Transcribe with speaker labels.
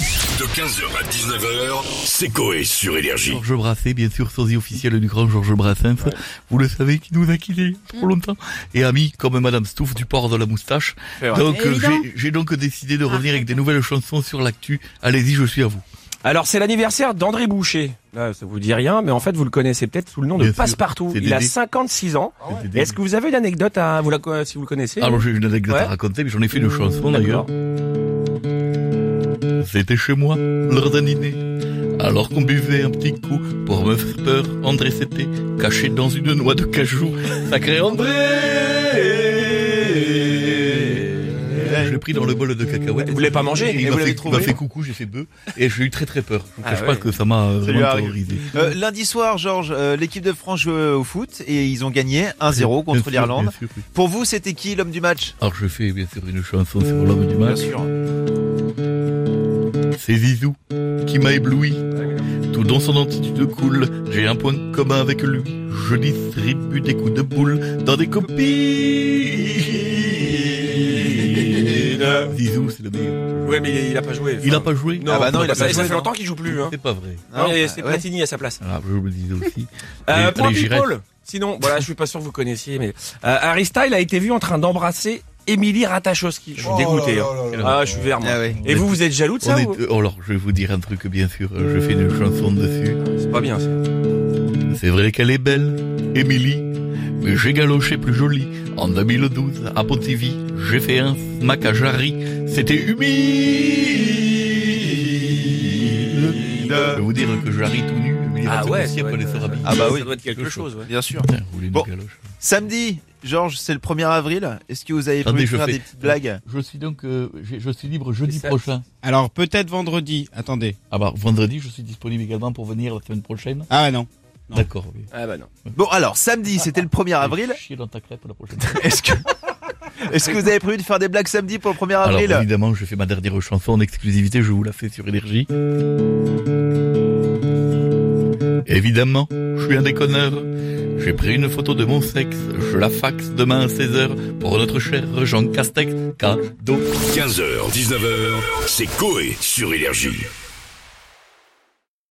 Speaker 1: De 15h à 19h, c'est Coé sur Énergie.
Speaker 2: Georges Brassens, bien sûr, sosie officiel du grand Georges Brassens. Vous le savez, qui nous a quittés trop longtemps. Et ami comme Madame Stouff du port de la moustache. Donc, euh,
Speaker 3: Évident.
Speaker 2: j'ai- j'ai donc décidé de revenir avec des nouvelles chansons sur l'actu. Allez-y, je suis à vous.
Speaker 4: Alors c'est l'anniversaire d'André Boucher. Là, ça vous dit rien, mais en fait vous le connaissez peut-être sous le nom
Speaker 2: Bien
Speaker 4: de
Speaker 2: sûr.
Speaker 4: Passepartout.
Speaker 2: C'est
Speaker 4: Il a
Speaker 2: Dédé.
Speaker 4: 56 ans.
Speaker 2: C'était des-
Speaker 4: Ah Est-ce que vous avez une anecdote à vous la si vous le connaissez
Speaker 2: Alors, j'ai une anecdote
Speaker 4: Ouais.
Speaker 2: à raconter, mais j'en ai fait une chanson d'ailleurs.
Speaker 4: D'accord.
Speaker 2: C'était chez moi, lors d'un dîner. Alors qu'on buvait un petit coup pour me faire peur, André s'était caché dans une noix de cajou. Sacré André Je l'ai pris dans le bol de cacahuètes.
Speaker 4: Vous l'avez pas mangé
Speaker 2: Il
Speaker 4: Et
Speaker 2: m'a
Speaker 4: vous
Speaker 2: fait-
Speaker 4: l'avez
Speaker 2: Il
Speaker 4: trouvé
Speaker 2: m'a fait coucou, j'ai fait bœuf et j'ai eu très très peur. Je ne
Speaker 4: Ah
Speaker 2: cache pas
Speaker 4: ouais.
Speaker 2: que ça m'a euh,
Speaker 5: lui
Speaker 2: vraiment
Speaker 5: arrive.
Speaker 2: terrorisé.
Speaker 5: Euh, lundi soir, Georges, euh, l'équipe de France jouait au foot et ils ont gagné 1-0
Speaker 2: Bien
Speaker 5: contre
Speaker 2: sûr,
Speaker 5: l'Irlande.
Speaker 2: bien sûr, oui.
Speaker 5: Pour vous, c'était qui l'homme du match
Speaker 2: Alors je fais bien sûr une chanson sur l'homme du match.
Speaker 5: sûr.
Speaker 2: C'est Zizou qui m'a ébloui. Tout dans son attitude cool, j'ai un point commun avec lui. Je distribue des coups de boule dans des copines. Zizou, c'est le meilleur.
Speaker 4: Ouais, mais il a pas joué.
Speaker 2: Il a pas joué
Speaker 4: Non,
Speaker 5: Ah bah non, il a
Speaker 4: ça,
Speaker 5: pas
Speaker 4: ça
Speaker 5: joué,
Speaker 4: fait
Speaker 5: non.
Speaker 4: longtemps qu'il joue plus. Hein.
Speaker 2: C'est pas vrai.
Speaker 5: Ah,
Speaker 4: Non,
Speaker 5: ouais.
Speaker 4: c'est Platini à sa place.
Speaker 2: Ah, je me le disais aussi.
Speaker 4: Euh,
Speaker 2: Les-
Speaker 4: point
Speaker 2: les
Speaker 4: people.
Speaker 2: girettes.
Speaker 4: Sinon, voilà, je suis pas sûr que vous connaissiez, mais euh, Harry Styles a été vu en train d'embrasser Émilie Ratajkowski. Je suis dégoûté. hein. Ah, je suis vert. moi.
Speaker 5: Ah ouais.
Speaker 4: Et vous, vous êtes jaloux de
Speaker 2: On
Speaker 4: ça
Speaker 2: est-
Speaker 4: ou-
Speaker 2: oh, alors, je vais vous dire un truc, bien sûr. euh, Je fais une chanson dessus.
Speaker 4: C'est pas bien. ça.
Speaker 2: C'est vrai qu'elle est belle, Émilie, mais j'ai galoché plus jolie. En 2012, à Pontivy, j'ai fait un smack à Jarry. C'était humide. Je vais vous dire que Jarry tout nu, Émilie
Speaker 4: Ah ouais.
Speaker 2: Ratajkowski,
Speaker 4: ça doit
Speaker 2: après les
Speaker 4: être-
Speaker 2: sœurs habillées.
Speaker 5: Ah bah oui.
Speaker 4: Ça doit être quelque chose. ouais.
Speaker 5: Bien sûr.
Speaker 2: Putain, vous voulez une
Speaker 5: Bon.
Speaker 2: galoche.
Speaker 5: Samedi, Georges, c'est le 1er avril. Est-ce que vous avez
Speaker 2: Attendez,
Speaker 5: prévu de
Speaker 2: je
Speaker 5: faire
Speaker 2: fais-
Speaker 5: des petites blagues
Speaker 2: Je suis donc, euh, j'ai- je suis libre jeudi
Speaker 4: C'est ça.
Speaker 2: prochain.
Speaker 6: Alors peut-être vendredi. Attendez.
Speaker 2: Ah bah, vendredi, je suis disponible également pour venir la semaine prochaine.
Speaker 6: Ah non. Non.
Speaker 2: D'accord, oui.
Speaker 4: Ah bah non.
Speaker 5: Bon, alors, samedi, c'était le 1er Ah, avril.
Speaker 2: Chier dans ta crêpe la prochaine fois.
Speaker 5: Est-ce que... Est-ce que vous avez prévu de faire des blagues samedi pour le 1er avril
Speaker 2: Alors évidemment, je fais ma dernière chanson en exclusivité, je vous la fais sur Énergie. Évidemment, je suis un déconneur. J'ai pris une photo de mon sexe, je la faxe demain à 16h pour notre cher Jean Castex. Cadeau.
Speaker 1: 15h, 19h, c'est Coé sur Énergie.